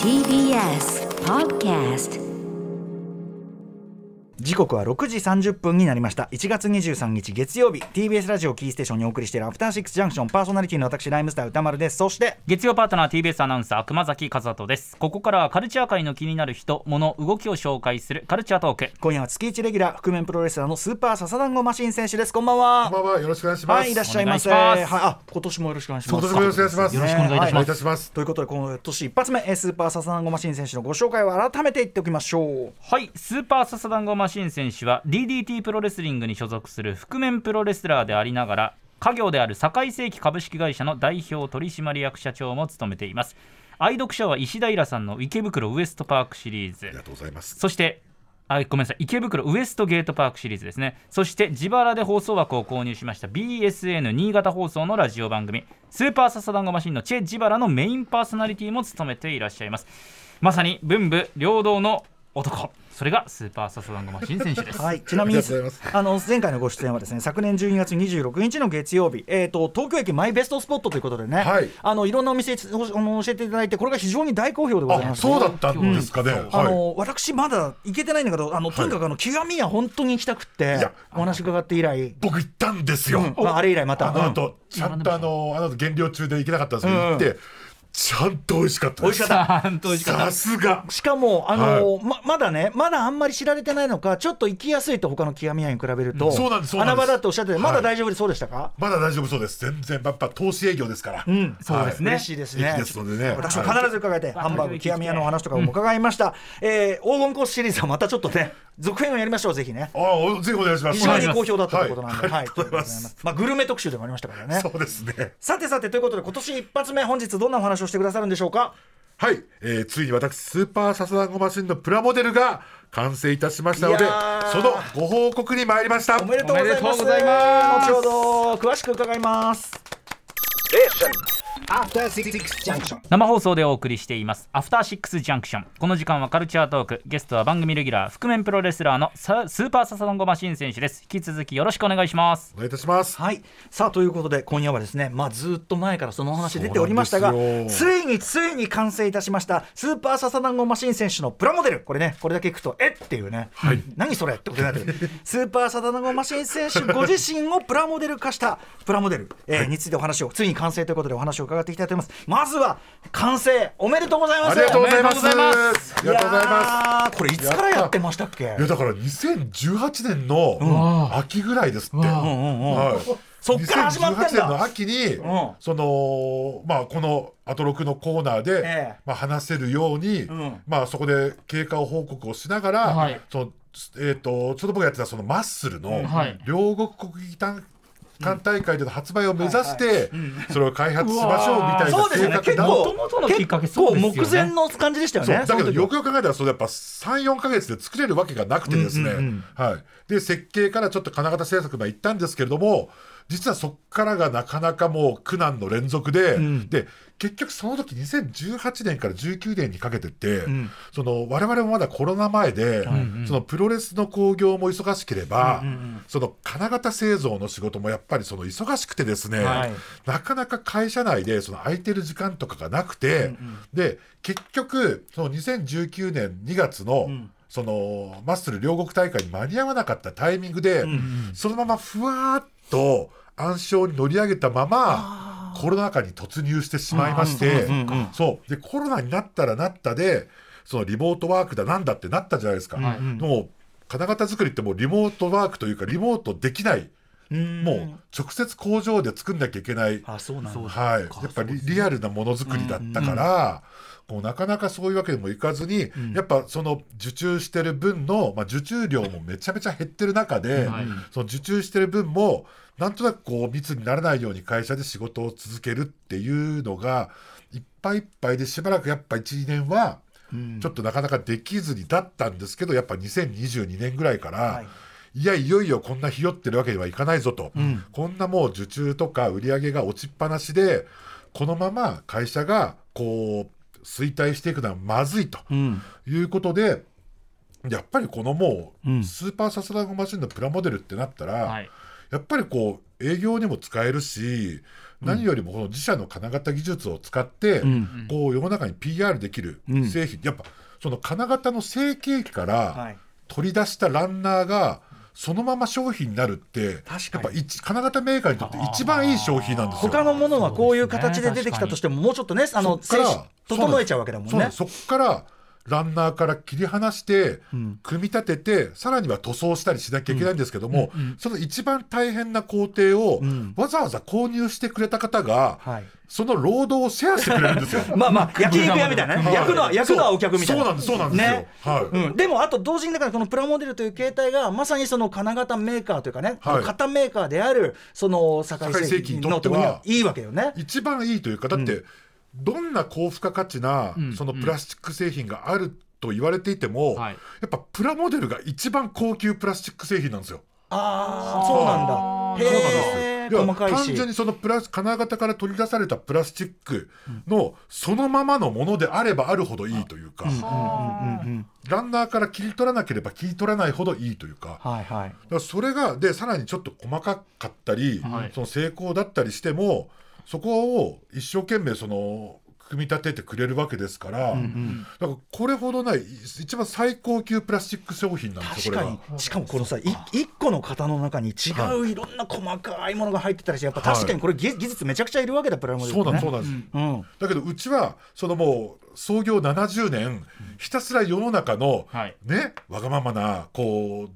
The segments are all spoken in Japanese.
TBS Podcast 時刻は6時30分になりました1月23日月曜日 TBS ラジオキーステーションにお送りしているアフターシックスジャンクションパーソナリティの私ライムスター歌丸ですそして月曜パートナー TBS アナウンサー熊崎和人ですここからはカルチャー界の気になる人物動きを紹介するカルチャートーク今夜は月1レギュラー覆面プロレスラーのスーパーササダンゴマシン選手ですこんばんはこんばんは、よろしくお願いします。はいいらっしゃいませお願いしますはいあ今年もよろしくお願いします今年もよろしくお願いします。よろしくお願いいたしますお願いいたします。ということで今年一発目えースーパーササダンゴマシン選手のご紹介を改めて言っておきましょうはいスーパーササダンゴマシン選手は DDT プロレスリングに所属する覆面プロレスラーでありながら家業である堺世紀株式会社の代表取締役社長も務めています愛読者は石平さんの池袋ウエストパークシリーズありがとうございます。そしてあごめんなさい池袋ウエストゲートパークシリーズですねそして自腹で放送枠を購入しました BSN 新潟放送のラジオ番組「スーパーササダンゴマシン」のチェ・ジバラのメインパーソナリティも務めていらっしゃいますまさに文武両道の男それがスーパーササダンゴマシン選手ですはい、ちなみにありがとうございあの前回のご出演はですね昨年12月26日の月曜日、えー、と東京駅マイベストスポットということでね、はいあのいろんなお店おあの教えていただいてこれが非常に大好評でございまあ、すそうだったんですかね。あはの私まだ行けてないんだけどあのとにかくあの、極みは本当に行きたくっていやお話伺って以来い。、僕行ったんですよ。うんまあ、あれ以来またあの後、ちゃんとあの、あの後減量中で行けなかったんですけど、行って、ちゃんと美味しかったです。美味しちゃんと美味しかったさすが。しかも、あのままだね、まだあんまり知られてないのか、ちょっと行きやすいと、他の極み屋に比べると、そうなんですそうなんです穴場だっておっしゃってて、まだ大丈夫でそうでしたか、まだ大丈夫そうです。全然、やっぱ投資営業ですから。んそうですね嬉しいですね。駅ですのでね私も必ず伺えて、ハンバーグ極み屋のお話とかも伺いました。えー黄金コースシリーズはまたちょっとね、続編をやりましょう、ぜひね。はい。あおぜひお願いします。非常に好評だったということなんで、はいはい、ありがとうございます。まあ、グルメ特集でもありましたからね。そうですね。さてさて、ということで、今年一発目、本日どんなお話をしてくださるんでしょうか。はい、えーついに私スーパーササダンゴマシンのプラモデルが完成いたしましたのいでやーそのご報告に参りましたおめでとうございます。おめでとうございます後ほど、詳しく伺います。 After Six Junction. 生放送でお送りしていますアフターシックスジャンクションこの時間はカルチャートークゲストは番組レギュラー覆面プロレスラーのサスーパーササダンゴマシン選手です引き続きよろしくお願いしますお願いいたしますはい、さあということで今夜はですね、まあ、ずっと前からそのお話出ておりましたがそうなんですついについに完成いたしましたスーパーササダンゴマシン選手のプラモデルこれねこれだけ聞くとえっていうね、何それってことになってるスーパーササダンゴマシン選手ご自身をプラモデル化したプラモデル、えーについてお話をついに完成ということでお話を伺っていきたいと思いますまずは完成おめでとうございますありがとうございますおめでとうございまありがとうございますすこれいつからやってましたっけいやだから2018年の秋ぐらいですって、はいそっから始まってんだ2018年の秋に、んそのまあこのアトロクのコーナーで、ええまあ話せるように、んまあそこで経過を報告をしながら、はいそのえっ、とちょっと僕がやってたそのマッスルのはい両国国技館館大会での発売を目指して、それを開発しましょうみたいそうですよねな計結画だ構元々のきっかけ結構そうです目よね前の感じでしたよそうねだけそどの時よくよく考えたらそれやっぱ34か月で作れるわけがなくてですね、はい、で設計からちょっと金型制作まで行ったんですけれども実はそこからがなかなかもう苦難の連続で、で結局その時2018年から19年にかけてって、その我々もまだコロナ前で、そのプロレスの興行も忙しければ、その金型製造の仕事もやっぱりその忙しくてですね、はいなかなか会社内でその空いてる時間とかがなくて、で結局その2019年2月の、そのマッスル両国大会に間に合わなかったタイミングで、そのままふわーっと暗礁に乗り上げたままコロナ禍に突入してしまいまして、そうでコロナになったらなったでそのリモートワークだなんだってなったじゃないですか。はいもう金型作りってもうリモートワークというかリモートできないもう直接工場で作んなきゃいけないあそうなんだはい、やっぱりリアルなものづくりだったから、こうなかなかそういうわけにもいかずに、やっぱその受注してる分の、まあ、受注量もめちゃめちゃ減ってる中で、はいその受注してる分もなんとなくこう密にならないように会社で仕事を続けるっていうのがいっぱいいっぱいでしばらくやっぱ12年は。ちょっとなかなかできずにだったんですけどやっぱ2022年ぐらいから、いいやいよいよこんなひよってるわけにはいかないぞと、こんなもう受注とか売り上げが落ちっぱなしでこのまま会社がこう衰退していくのはまずいということで、やっぱりこのもう、スーパーサスラゴマシンのプラモデルってなったら、はいやっぱりこう営業にも使えるし何よりもこの自社の金型技術を使って、んこう世の中に PR できるうん製品、やっぱその金型の成形機からい取り出したランナーがそのまま商品になるって確かやっにぱ一金型メーカーにとって一番いい商品なんですよ。他のものはこういう形で出てきたとしても、もうちょっとね、あの、そっから精子整えちゃうわけだもんそうなねんで。すそこからランナーから切り離して、組み立ててさらには塗装したりしなきゃいけないんですけども、その一番大変な工程を、んわざわざ購入してくれた方が、はいその労働をシェアしてくれる んですよ。まあまあ、焼肉屋みたいなね。はい焼くのは、焼くのはお客みたいな。そうそうなんですそうなんですよねはいうんでも、あと同時に、だからこのプラモデルという形態が、まさにその金型メーカーというかね、はい型メーカーである、その、堺堺製製機機にとのってとはころにはいいわけよね。一番いいというかだって、どんな高付加価値な、んそのプラスチック製品があると言われていても、はいやっぱプラモデルが一番高級プラスチック製品なんですよ。ああ、そそううそうなんなんだ。でへえ、すよいや細かい単純し。にそのプラス金型から取り出されたプラスチックのそのままのものであればあるほどいいというか、ランナーから切り取らなければ切り取らないほどいいというか。はいはい。だからそれがでさらにちょっと細かかったり、はいその成功だったりしてもそこを一生懸命その組み立ててくれるわけですから、だからこれほどない一番最高級プラスチック商品なんで確すよこかれがに。しかもこのさい一個の型の中に違ういろんな細かいものが入ってたりしてやっぱはい確かにこれ技技術めちゃくちゃいるわけだプラモデルってそねうなんそうなんです、うんだけどうちはそのもう創業70年ひたすら世の中の、はいねわがままなこう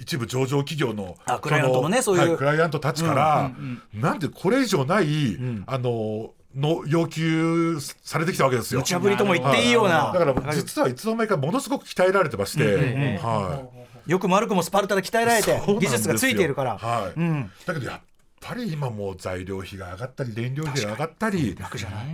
一部上場企業のあそクライアントのねそういうはクライアントたちから、なんでこれ以上ない、あのの要求されてきたわけですよ。無茶ぶりとも言っていいようだかなら実はいつの間にかものすごく鍛えられてまして、はいよくも悪くもスパルタで鍛えられてそうなんで技すよ術がついているから、はいうんだけどやっぱり今もう材料費が上がったり燃料費が上がったり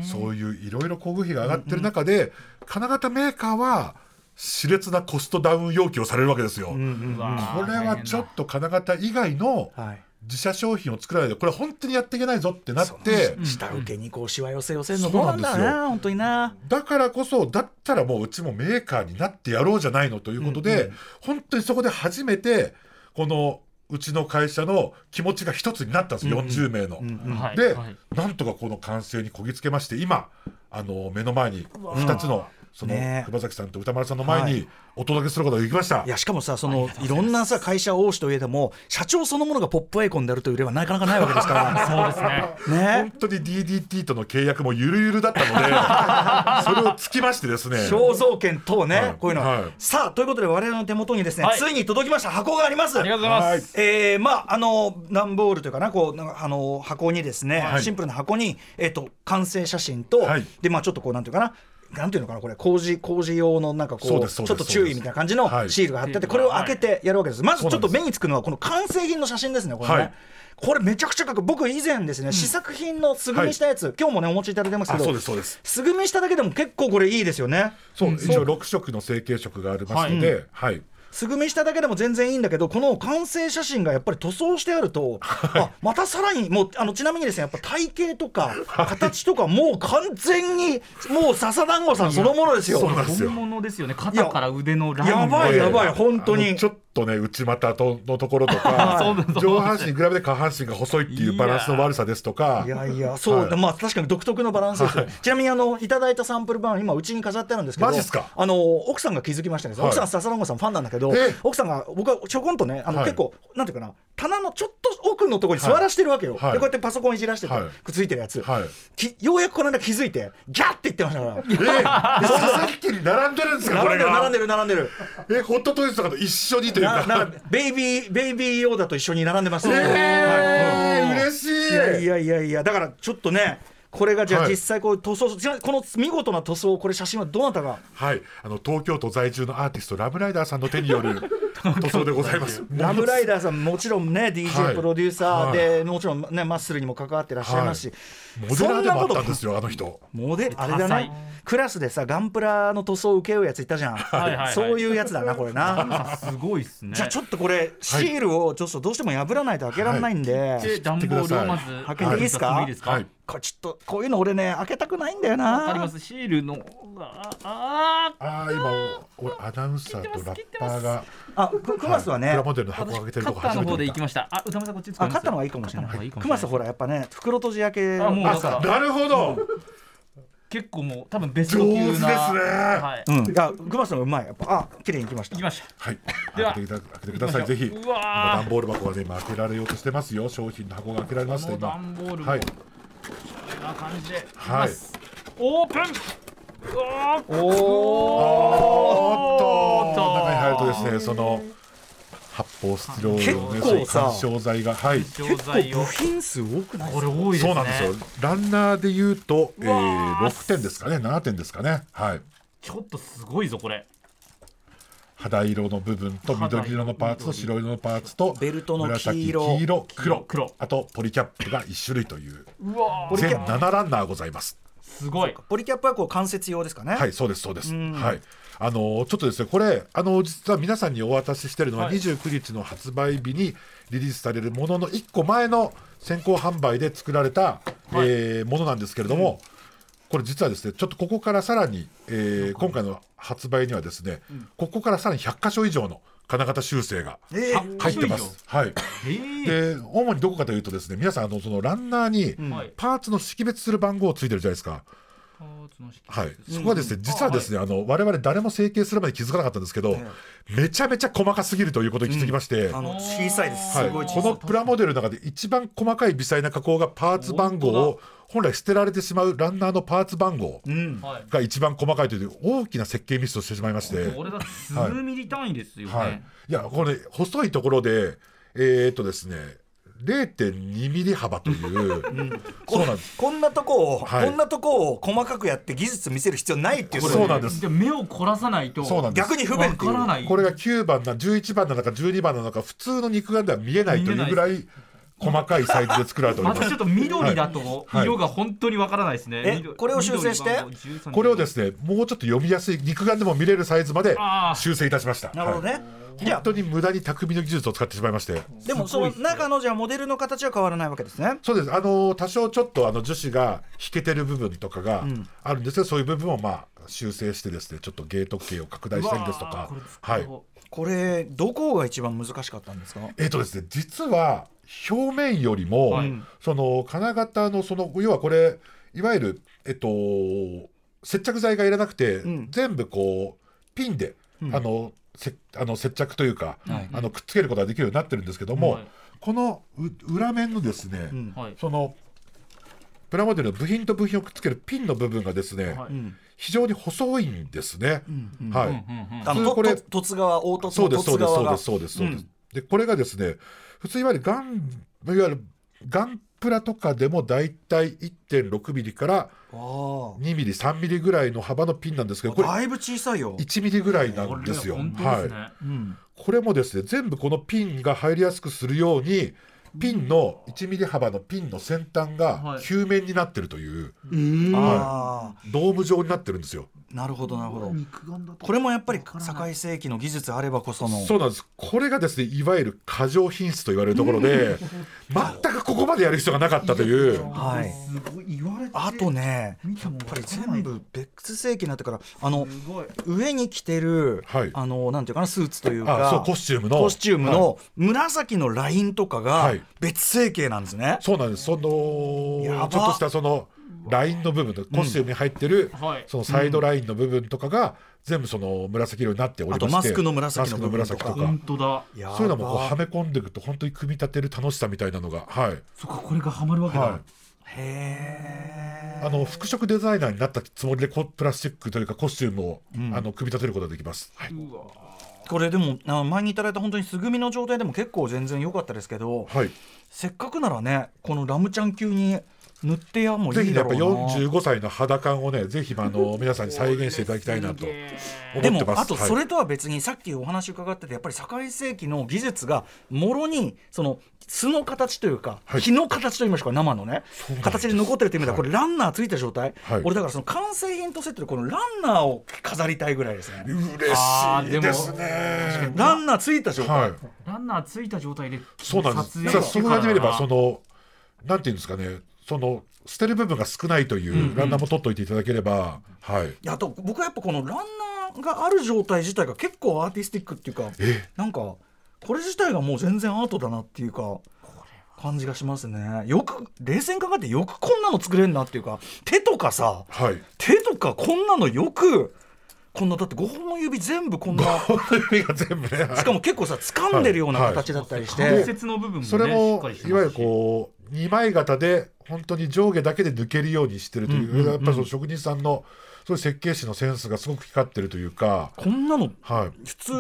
そういういろいろ工具費が上がってる中で、金型メーカーは熾烈なコストダウン要求をされるわけですよ。うわーこれはちょっと金型以外のはい自社商品を作らないでこれ本当にやっていけないぞってなってで下請けにこうしわ寄せ寄せるのどうなんだそうなんですな本当になだからこそだったらもううちもメーカーになってやろうじゃないのということで、本当にそこで初めてこのうちの会社の気持ちが一つになったんです、40名の。はいで、はいなんとかこの完成にこぎつけまして今あの目の前に2つのそのねえ熊崎さんと歌丸さんの前はにお届けすることができました。いやしかもさそのいろんなさ会社多しといえども社長そのものがポップアイコンであるという例はなかなかないわけですか そうですねら本ね当に DDT との契約もゆるゆるだった のでそれをつきましてですね肖像権等ね、はいこういうの、はいさあということで我々の手元にですね、はいついに届きました箱がありますありがとうございますえーまああの段ボールというかなこうなんかあの箱にですね、はいシンプルな箱にえっ、と完成写真と、はいでまあちょっとこうなんていうかな。なんていうのかなこれ工事工事用のなんかそこううですちそょうっですと注意みたいな感じのはいシールが貼ってあってこれを開けてやるわけですまずちょっと目につくのはこの完成品の写真ですねこれね、はいこれめちゃくちゃかっこいい僕以前ですね、試作品の素組みしたやつ、今日もねお持ちいただいてますけあどそうですそうです素組みしただけでも結構これいいですよねそう一応6色の成形色がありますので、はい素組みしただけでも全然いいんだけどこの完成写真がやっぱり塗装してあるとあまたさらにもうあのちなみにですねやっぱ体型とか形とかもう完全にもう笹団子さんそのものですよそうなんですよ本物ですよね肩から腕のラインやばいやばい本当あのにちょっとね内股とのところと かそうなんだ上半身に比べて下半身が細いっていうバランスの悪さですとかいやいやそう、はいまあ確かに独特のバランスですよ、ちなみにあのいただいたサンプル版今うちに飾ってあるんですけどマジっすかあの奥さんが気づきましたね、はい奥さん笹団子さんファンなんだけどえ奥さんが僕はちょこんとねあの、はい結構なんていうかな棚のちょっと奥のところに座らしてるわけよ、はいはいでこうやってパソコンいじらしてて、はいくっついてるやつ、はいきようやくこの間気づいてギャッて言ってましたからえー、で佐々木家に並んでるんですか並こんれでる並がんでる並んでるえホットトイズとかと一緒にというなかなベイビーベイビーヨーダと一緒に並んでますね、 えー、嬉しいやいいやいやいやだからちょっとねこれがじゃあはい実際こう塗装、じゃあこの見事な塗装これ写真はどなたがはい、あの東京都在住のアーティストラブライダーさんの手による塗装でございます。ラブライダダーさんもちろんね DJ プロデューサーで、もちろんねマッスルにも関わってらっしゃいますし、モデラーでもあったんですすよ、あの人。モデルあれだ多ね彩クラスでさガンプラの塗装を受けようやついたじゃん、いはいはいそういうやつだなこれ なあすごいですねじゃあちょっとこれシールをちょっとどうしても破らないと開けられないんで、で段ボールをまず開けていいですかはいいいですか、はいこれちょっとこういうの俺ね開けたくないんだよありまなすシールのああああ、今、俺アナウンサーとラッパーがあくクマスはプねラモデルの箱を開けてるとこカッター初の方めてで見行きたましたあ歌丸さんこっち使あ勝ったのはいいかもしれな勝ったのいいいかもクしれマないスほらやっぱね袋とじ焼けあもうだあなるほど結構もう多分ベス上ト級手なですねはいうん、あクマスのうまいやっぱあ綺麗にいきました行きましたはいでは開けてくだ開けてくださいぜひうわー今段ボール箱はね今開けられようとしてますよ商品の箱が開けられましたこの今段ボールもはいこんな感じでいきはまいすオープンうわーあーおっおっとと中に入るとですねその発泡スチロールのね結そ構ういうさ緩衝材がはい錠剤を品数多くなこれ多いですねそうなんですよランナーで言うとえうわーー6点ですかね7点ですかねはいちょっとすごいぞこれ肌色の部分と緑色のパーツ肌色と白色のパーツとベルトの黄紫色黄色黒黒あとポリキャップが1種類といううわポリキ全ャップ7ランナーございますすごいポリキャップはこう関節用ですかねはい、そうです、そうです。んはい。あのーちょっとですね、これ、あのー実は皆さんにお渡ししてるのは、はい29日の発売日にリリースされるものの1個前の先行販売で作られた、はいえーものなんですけれども、これ実はですね、ちょっとここからさらに、えー今回の発売にはですね、ここからさらに100箇所以上の金型修正がえー入ってます。はい。えーで、主にどこかというとですね、皆さん、あの、そのランナーにはいパーツの識別する番号ついてるじゃないですか。パーツの式はい、そこはですね、実はですね、あの我々誰も整形するまで気づかなかったんですけど、めちゃめちゃ細かすぎるということに気づきまして、あはの小さいですい、すごい小こさのいプラモデルの中で一番細かい微細な加工がパーツ番号本当を本来捨てられてしまうランナーのパーツ番号うんはいが一番細かいという大きな設計ミスをしてしまいまして、これだって数ミリ単位ですよね、はい、いやこれ細いところでえーっとですね0.2ミリ幅という、そうなんですこんなとこを、はいこんなとこを細かくやって技術見せる必要ないっていうそうなんですで目を凝らさないとそうなんです逆に不便っていうわからないこれが9番な11番なのか12番なのか普通の肉眼では見えないというぐらい細かいサイズで作られておりままたちょすっと緑だとはい色が本当にわからないですね、え緑これを修正して緑番号13これをですねもうちょっと読みやすい肉眼でも見れるサイズまであー修正いたしましたなるほどはいね、いや本当に無駄に匠の技術を使ってしまいましてでもその中のじゃあモデルの形は変わらないわけですねそうですあのー多少ちょっとあの樹脂が引けてる部分とかがあるんですけど、そういう部分をまあ修正してですねちょっとゲート径を拡大したりですとうわーかこれはいこれどこが一番難しかったんですかえーとですね、実は表面よりも、はいその金型のその要はこれいわゆる、えっと、接着剤がいらなくて、ん全部こうピンで、あのせあの接着というか、はいあのくっつけることができるようになってるんですけども、はいこのう裏面のですね、んはいそのプラモデルの部品と部品をくっつけるピンの部分がですね、はいん非常に細いんですね。はい、うんうんあの普通とこれと凸側凹凸そうのです、そ凸うです、側そうがです、そうです、そうです。で、これがですね、普通いわゆるガン、いわゆるガンプラとかでもだいたい1.6ミリからあ2ミリ、3ミリぐらいの幅のピンなんですけど、こあれだいぶ小さいよ、 1ミリぐらいなこんれですよ。本当ですね、はうい。ん、これもですね、全部このピンが入りやすくするように、ピンの1ミリ幅のピンの先端はがい球面になってるという、あドーム状になってるんですよ。あなるほどなるほどこれもやっぱり堺世紀の技術あればこそのそうなんです。これがですね、いわゆる過剰品質と言われるところで、全くここまでやる人がなかったという。はいすごい言われてあとね見たもんやっぱりわからな全い部別世紀になってからあのすごい上に着てる、はいあのなんていうかなスーツというかあそうコスチュームのコスチュームの紫のラインとかはがい別成形なんですね、そうなんですそのちょやばっとしたそのラインの部分とコスチュームに入ってる、はいそのサイドラインの部分とかが全部その紫色になっておりましてあとマスクの紫の部分マスとクかの本紫当だやばそういうのもこうはめ込んでいくと本当に組み立てる楽しさみたいなのがはい、そっかこれがハマるわけだ、はへい、あの服飾デザイナーになったつもりでこプラスチックというかコスチュームを、あの組み立てることができます、はい、ーこれでもあ前にいただいた本当に素組みの状態でも結構全然良かったですけど、はい、せっかくならねこのラムちゃん級に塗ってやもうぜいひいねだやっぱろうな45歳の肌感をねぜひまああの皆さんに再現していただきたいなと思ってますでもあとはいそれとは別にさっきお話伺っててやっぱり堺世紀の技術がもろにその巣の形というかはい木の形といいましょうか生のねなんです形で残ってるという意味ではこれランナーついた状態はい俺だからその完成品とセットでこのランナーを飾りたいぐらいですねあ嬉しーいでもですねランナーついた状態はいランナーついた状態でそうなんです。撮影さあ、してそるこからが見れば、その、なんていうんですかね、その、捨てる部分が少ないという、ランナーも取っといていただければ、はい。いやあと僕はやっぱこのランナ感がある状態自体が結構アーティスティックっていうかなんかこれ自体がもう全然アートだなっていうか感じがしますねよく冷静に考えてよくこんなの作れるなっていうか手とかさはい。手とかこんなのよくこんなだって5本指全部こ んな本当にが全部ね。はいしかも結構さ掴んでるようなはい形だったりして、関節の部分もねそれしっもかりし、ていわまゆするしこう、二枚型で、本当に上下だけで抜けるようにしてるという、うんうんうんやっぱりその職人さんの、そういう設計士のセンスがすごく光ってるというか、こんなのはい。普通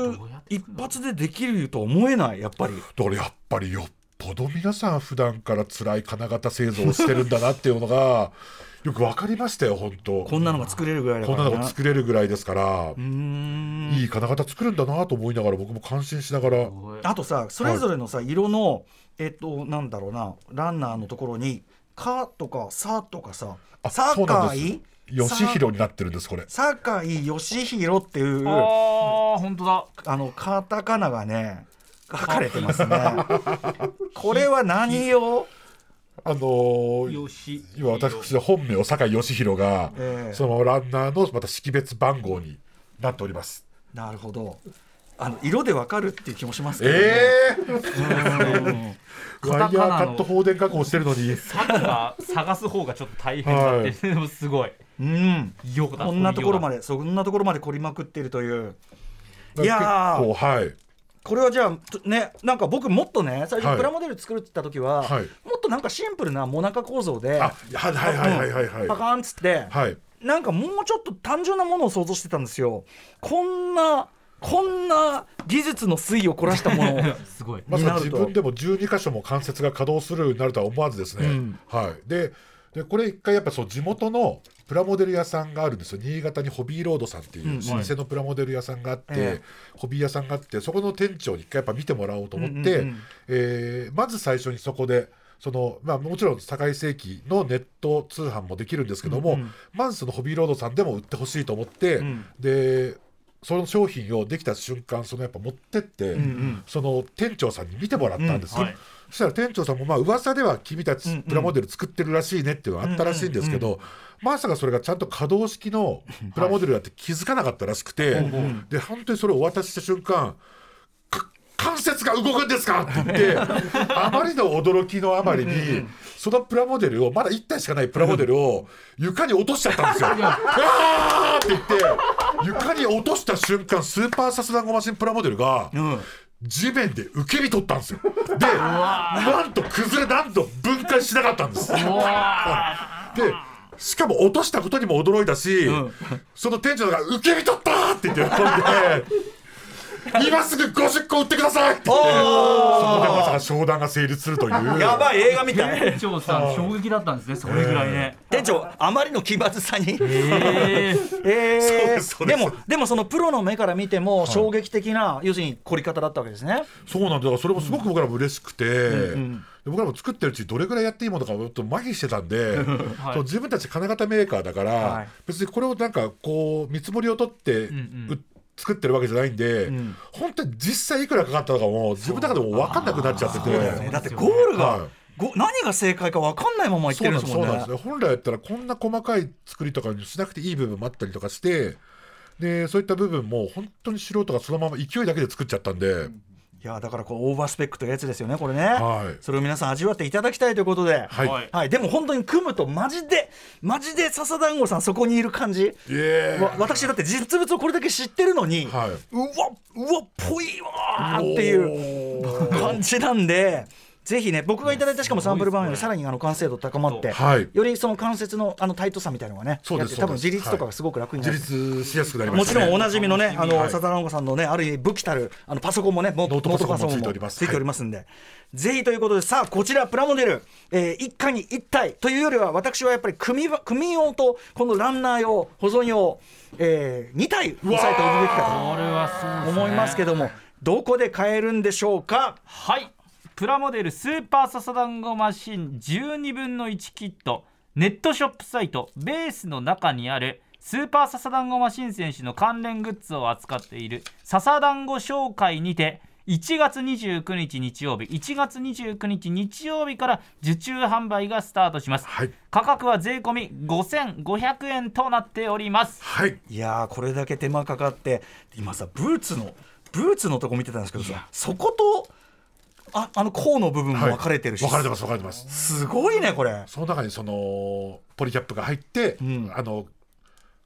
一発でできるとは思えないやっぱりだからやっぱりよっぽど皆さん普段から辛い金型製造をしてるんだなっていうのが、 よくわかりましたよ、本当。こんなのが作れるぐらいだかこんらなのが作れるぐらいですからう、ーんいい金型作るんだなと思いながら、僕も感心しながら、あとさそれぞれのさ、色のえっとなんだろうなランナーのところに「か」とか「さ」とかさ「あさそうかなんい」です。吉弘になってるんです、これ。さ「酒井義弘」っていうあああ本当だのカタカナがね書かれてます ねこれは何用あのーよし今私の本名酒井義弘が、ええそのままランナーのまた識別番号になっております。なるほどあの色でわかるっていう気もしますけど、ねえうんえ ワイヤーカット放電加工してるのに。さが探す方がちょっと大変だってでもすごいうんよだこんなところまででそんなところまで凝りまくっているというい結やー構はい。これはじゃあちょねなんか僕もっとね最は初いプラモデル作るって言った時は、はいもっとなんかシンプルなモナカ構造であ、はいはいはいはいはいパはカーンっつって、い。はい。なんかもうちょっと単純なものを想像してたんですよこんなこんな技術の推移を凝らしたもの を すごいまさかにな自ると分でも12箇所も関節が稼働するようになるとは思わずですね、うんはい、ででこれ一回やっぱそう地元のプラモデル屋さんがあるんですよ新潟にホビーロードさんっていう老舗のプラモデル屋さんがあって、えホビー屋さんがあってそこの店長に一回やっぱ見てもらおうと思って、うんうんうんえーまず最初にそこで。そのまあ、もちろん堺世紀のネット通販もできるんですけども、うんうんまずそのホビーロードさんでも売ってほしいと思って、んでその商品をできた瞬間そのやっぱ持ってって、んうんその店長さんに見てもらったんですよ、うんはいそしたら店長さんもまあ噂では君たうんうちんプラモデル作ってるらしいねっていうのがあったらしいんですけど、まさかそれがちゃんと可動式のプラモデルだって気づかなかったらしくて、で本当にそれをお渡しした瞬間か関節が動くんですかって言ってあまりの驚きのあまりにそのプラモデルをまだ1体しかないプラモデルを床に落としちゃったんですよ。うわーって言って床に落とした瞬間スーパーサスダンゴマシンプラモデルが。うん地面で受け身取ったんですよ。で、なんと崩れ、なんと分解しなかったんです。で、しかも落としたことにも驚いたし、んその店長が受け身取ったって言って喜んで、今すぐ50個売ってくださいって言って、そこでまさか商談が成立するという。やばい映画みたい店長さん衝撃だったんですねそれぐらいね 店長あまりの奇抜さにえーえそうーですそうでですもでもそのプロの目から見ても衝撃的な、要するに凝り方だったわけですね。そうなんだだからそれもすごく僕らも嬉しくて、んで僕らも作ってるうちどれぐらいやっていいものかちょっと麻痺してたん で、はいそう自分たち金型メーカーだから、はい別にこれをなんかこう見積もりを取って、んうんう作ってるわけじゃないんで、ん本当に実際いくらかかったのかも自分の中でも分かんなくなっちゃってて。ねだってゴールが、はいご何が正解か分かんないままいっそてうるなんんでですすもんそうねなんですね本来だったらこんな細かい作りとかにしなくていい部分もあったりとかしてでそういった部分も本当に素人がそのまま勢いだけで作っちゃったんで、いやだからこうオーバースペックというやつですよねこれね、はいそれを皆さん味わっていただきたいということで、はい、はいはいでも本当に組むとマジでマジで笹団子さんそこにいる感じ、イエーイわ私だって実物をこれだけ知ってるのに、はいうわうわっぽいわーっていう感じなんで。ぜひね僕がいただいたしかもサンプル版よりさらにあの完成度高まって、はいよりその関節のあのタイトさみたいなのがねそうでやすって多分そうです自立とかがすごく楽にな自る、立しやすくなりまもしちた、ね、ろんおなじみのね、楽あしみの、はいサザナンゴさんのね、ある意味武器たる、あの、パソコンもね、ノノートパソコンノもートついておりますついておりますんで、ぜひということで、さあ、こちら、プラモデル、えー一家に一体というよりは、私はやっぱり組は、組用と、このランナー用、保存用、え2体、押さえておくべきこかれはそうとですね思いますけども、どこで買えるんでしょうか。はいプラモデルスーパーササダンゴマシン12分の1キットネットショップサイトベースの中にあるスーパーササダンゴマシン選手の関連グッズを扱っているササダンゴ商会にて1月29日日曜日1月29日日曜日から受注販売がスタートします、はい価格は税込み5500円となっておりますはいいやーこれだけ手間かかって今さブーツのブーツのとこ見てたんですけどさそことああの甲の部分もはい分かれてるし、分かれてます分かれてますすごいねこれその中にそのポリキャップが入って、んあの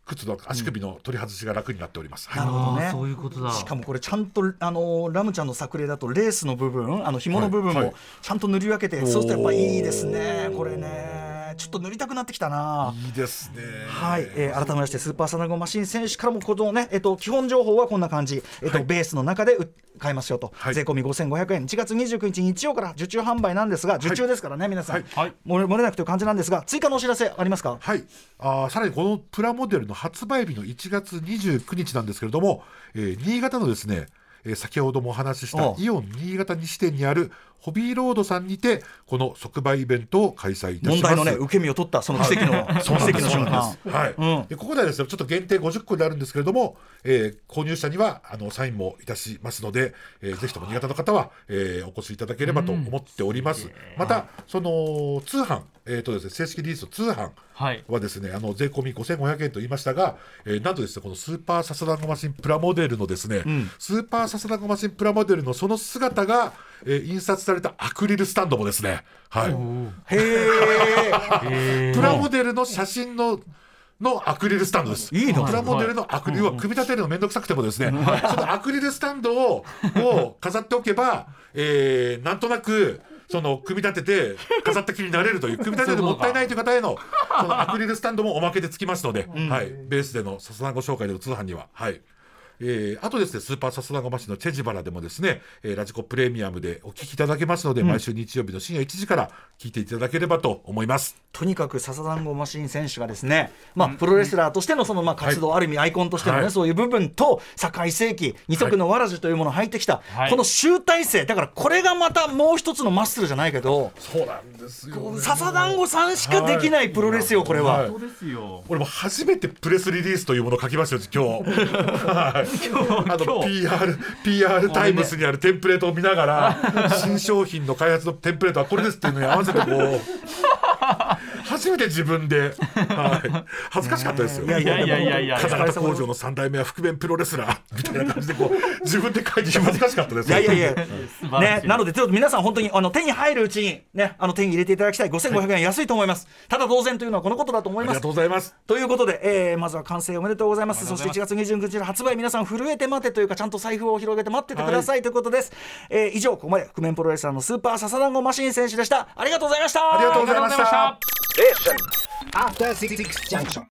靴の足首の取り外しが楽になっております、なるはいほどねあーそういうことだしかもこれちゃんとあのーラムちゃんの作例だとレースの部分あの紐の部分はいはもいちゃんと塗り分けて、そうするとやっぱいいですねおーこれねちょっと塗りたくなってきたないいですねはい、えー改めましてスーパーサナゴマシン選手からもこのね、えっと基本情報はこんな感じ、えっとベースの中でう買えますよと、はい税込み5500円1月29日日曜から受注販売なんですが受注ですからね、皆さん、はいはい漏れ漏れなくという感じなんですが追加のお知らせありますかはい、あーさらにこのプラモデルの発売日の1月29日なんですけれども、えー新潟のですね、えー先ほどもお話ししたおうイオン新潟西店にあるホビーロードさんにてこの即売イベントを開催いたします問題のね受け身を取ったその奇跡の奇そうなんで跡すのそう瞬なん間ですはい、うんでここではですねちょっと限定50個になるんですけれども、えー購入者にはあのサインもいたしますので、えーぜひとも新潟の方は、えーお越しいただければと思っております、またその通販、えーとですね、正式リリースの通販はいはですねあの税込み5500円と言いましたが、えーなんとですねこのスーパーササダンゴマシンプラモデルのですね、スーパーササダンゴマシンプラモデルのその姿が、えー印刷されたアクリルスタンドもですねはい、へえプラモデルの写真ののアクリルスタンドです。いいなプラモデルのアクリルは組み立てるのめんどくさくてもですね、 そのアクリルスタンドをを飾っておけば、えーなんとなく。その組み立てて飾った気になれるという組み立ててもったいないという方へのそのアクリルスタンドもおまけでつきますので、はい、ベースでのさすがご紹介での通販には、はいえーあとですね、スーパーサスナゴマシのチェジバラでもですね、えーラジコプレミアムでお聞きいただけますので、毎週日曜日の深夜1時から聞いていただければと思います。 とにかく笹団子マシン選手がですね、まあ、プロレスラーとしてのそのまあ活動、ある意味アイコンとしてのね、はいそういう部分と堺世紀二足のわらじというものを履いてきた、はいこの集大成だからこれがまたもう一つのマッスルじゃないけどそうなんですよ、笹団子さんしかできないプロレスよこれは。はいそうですよ俺も初めてプレスリリースというものを書きましたよ今日はいあの PR, PR タイムスにあるテンプレートを見ながら新商品の開発のテンプレートはこれですっていうのに合わせてこう初めて自分で、はい、恥ずかしかったですよいやいやいやいやいや金型工場の3代目は覆面プロレスラーみたいな感じでこう自分で書いて恥ずかしかったですいやいやいや、晴らしね、いなので、ちょっと皆さん、本当にあの手に入るうちに、ね、あの手に入れていただきたい、5500円、安いと思います、ただ当然というのはこのことだと思あいりまがすとう。ございますということで、えーまずは完成おめでとうございますおめでとうございそましてす1月29日の発売皆さん震えて待てというかちゃんと財布を広げて待っててくださいということです、えー以上ここまで覆面プロレスラーのスーパーササダンゴマシン選手でしたありがとうございましたありがとうございましあたりがとうございました After Six Junction.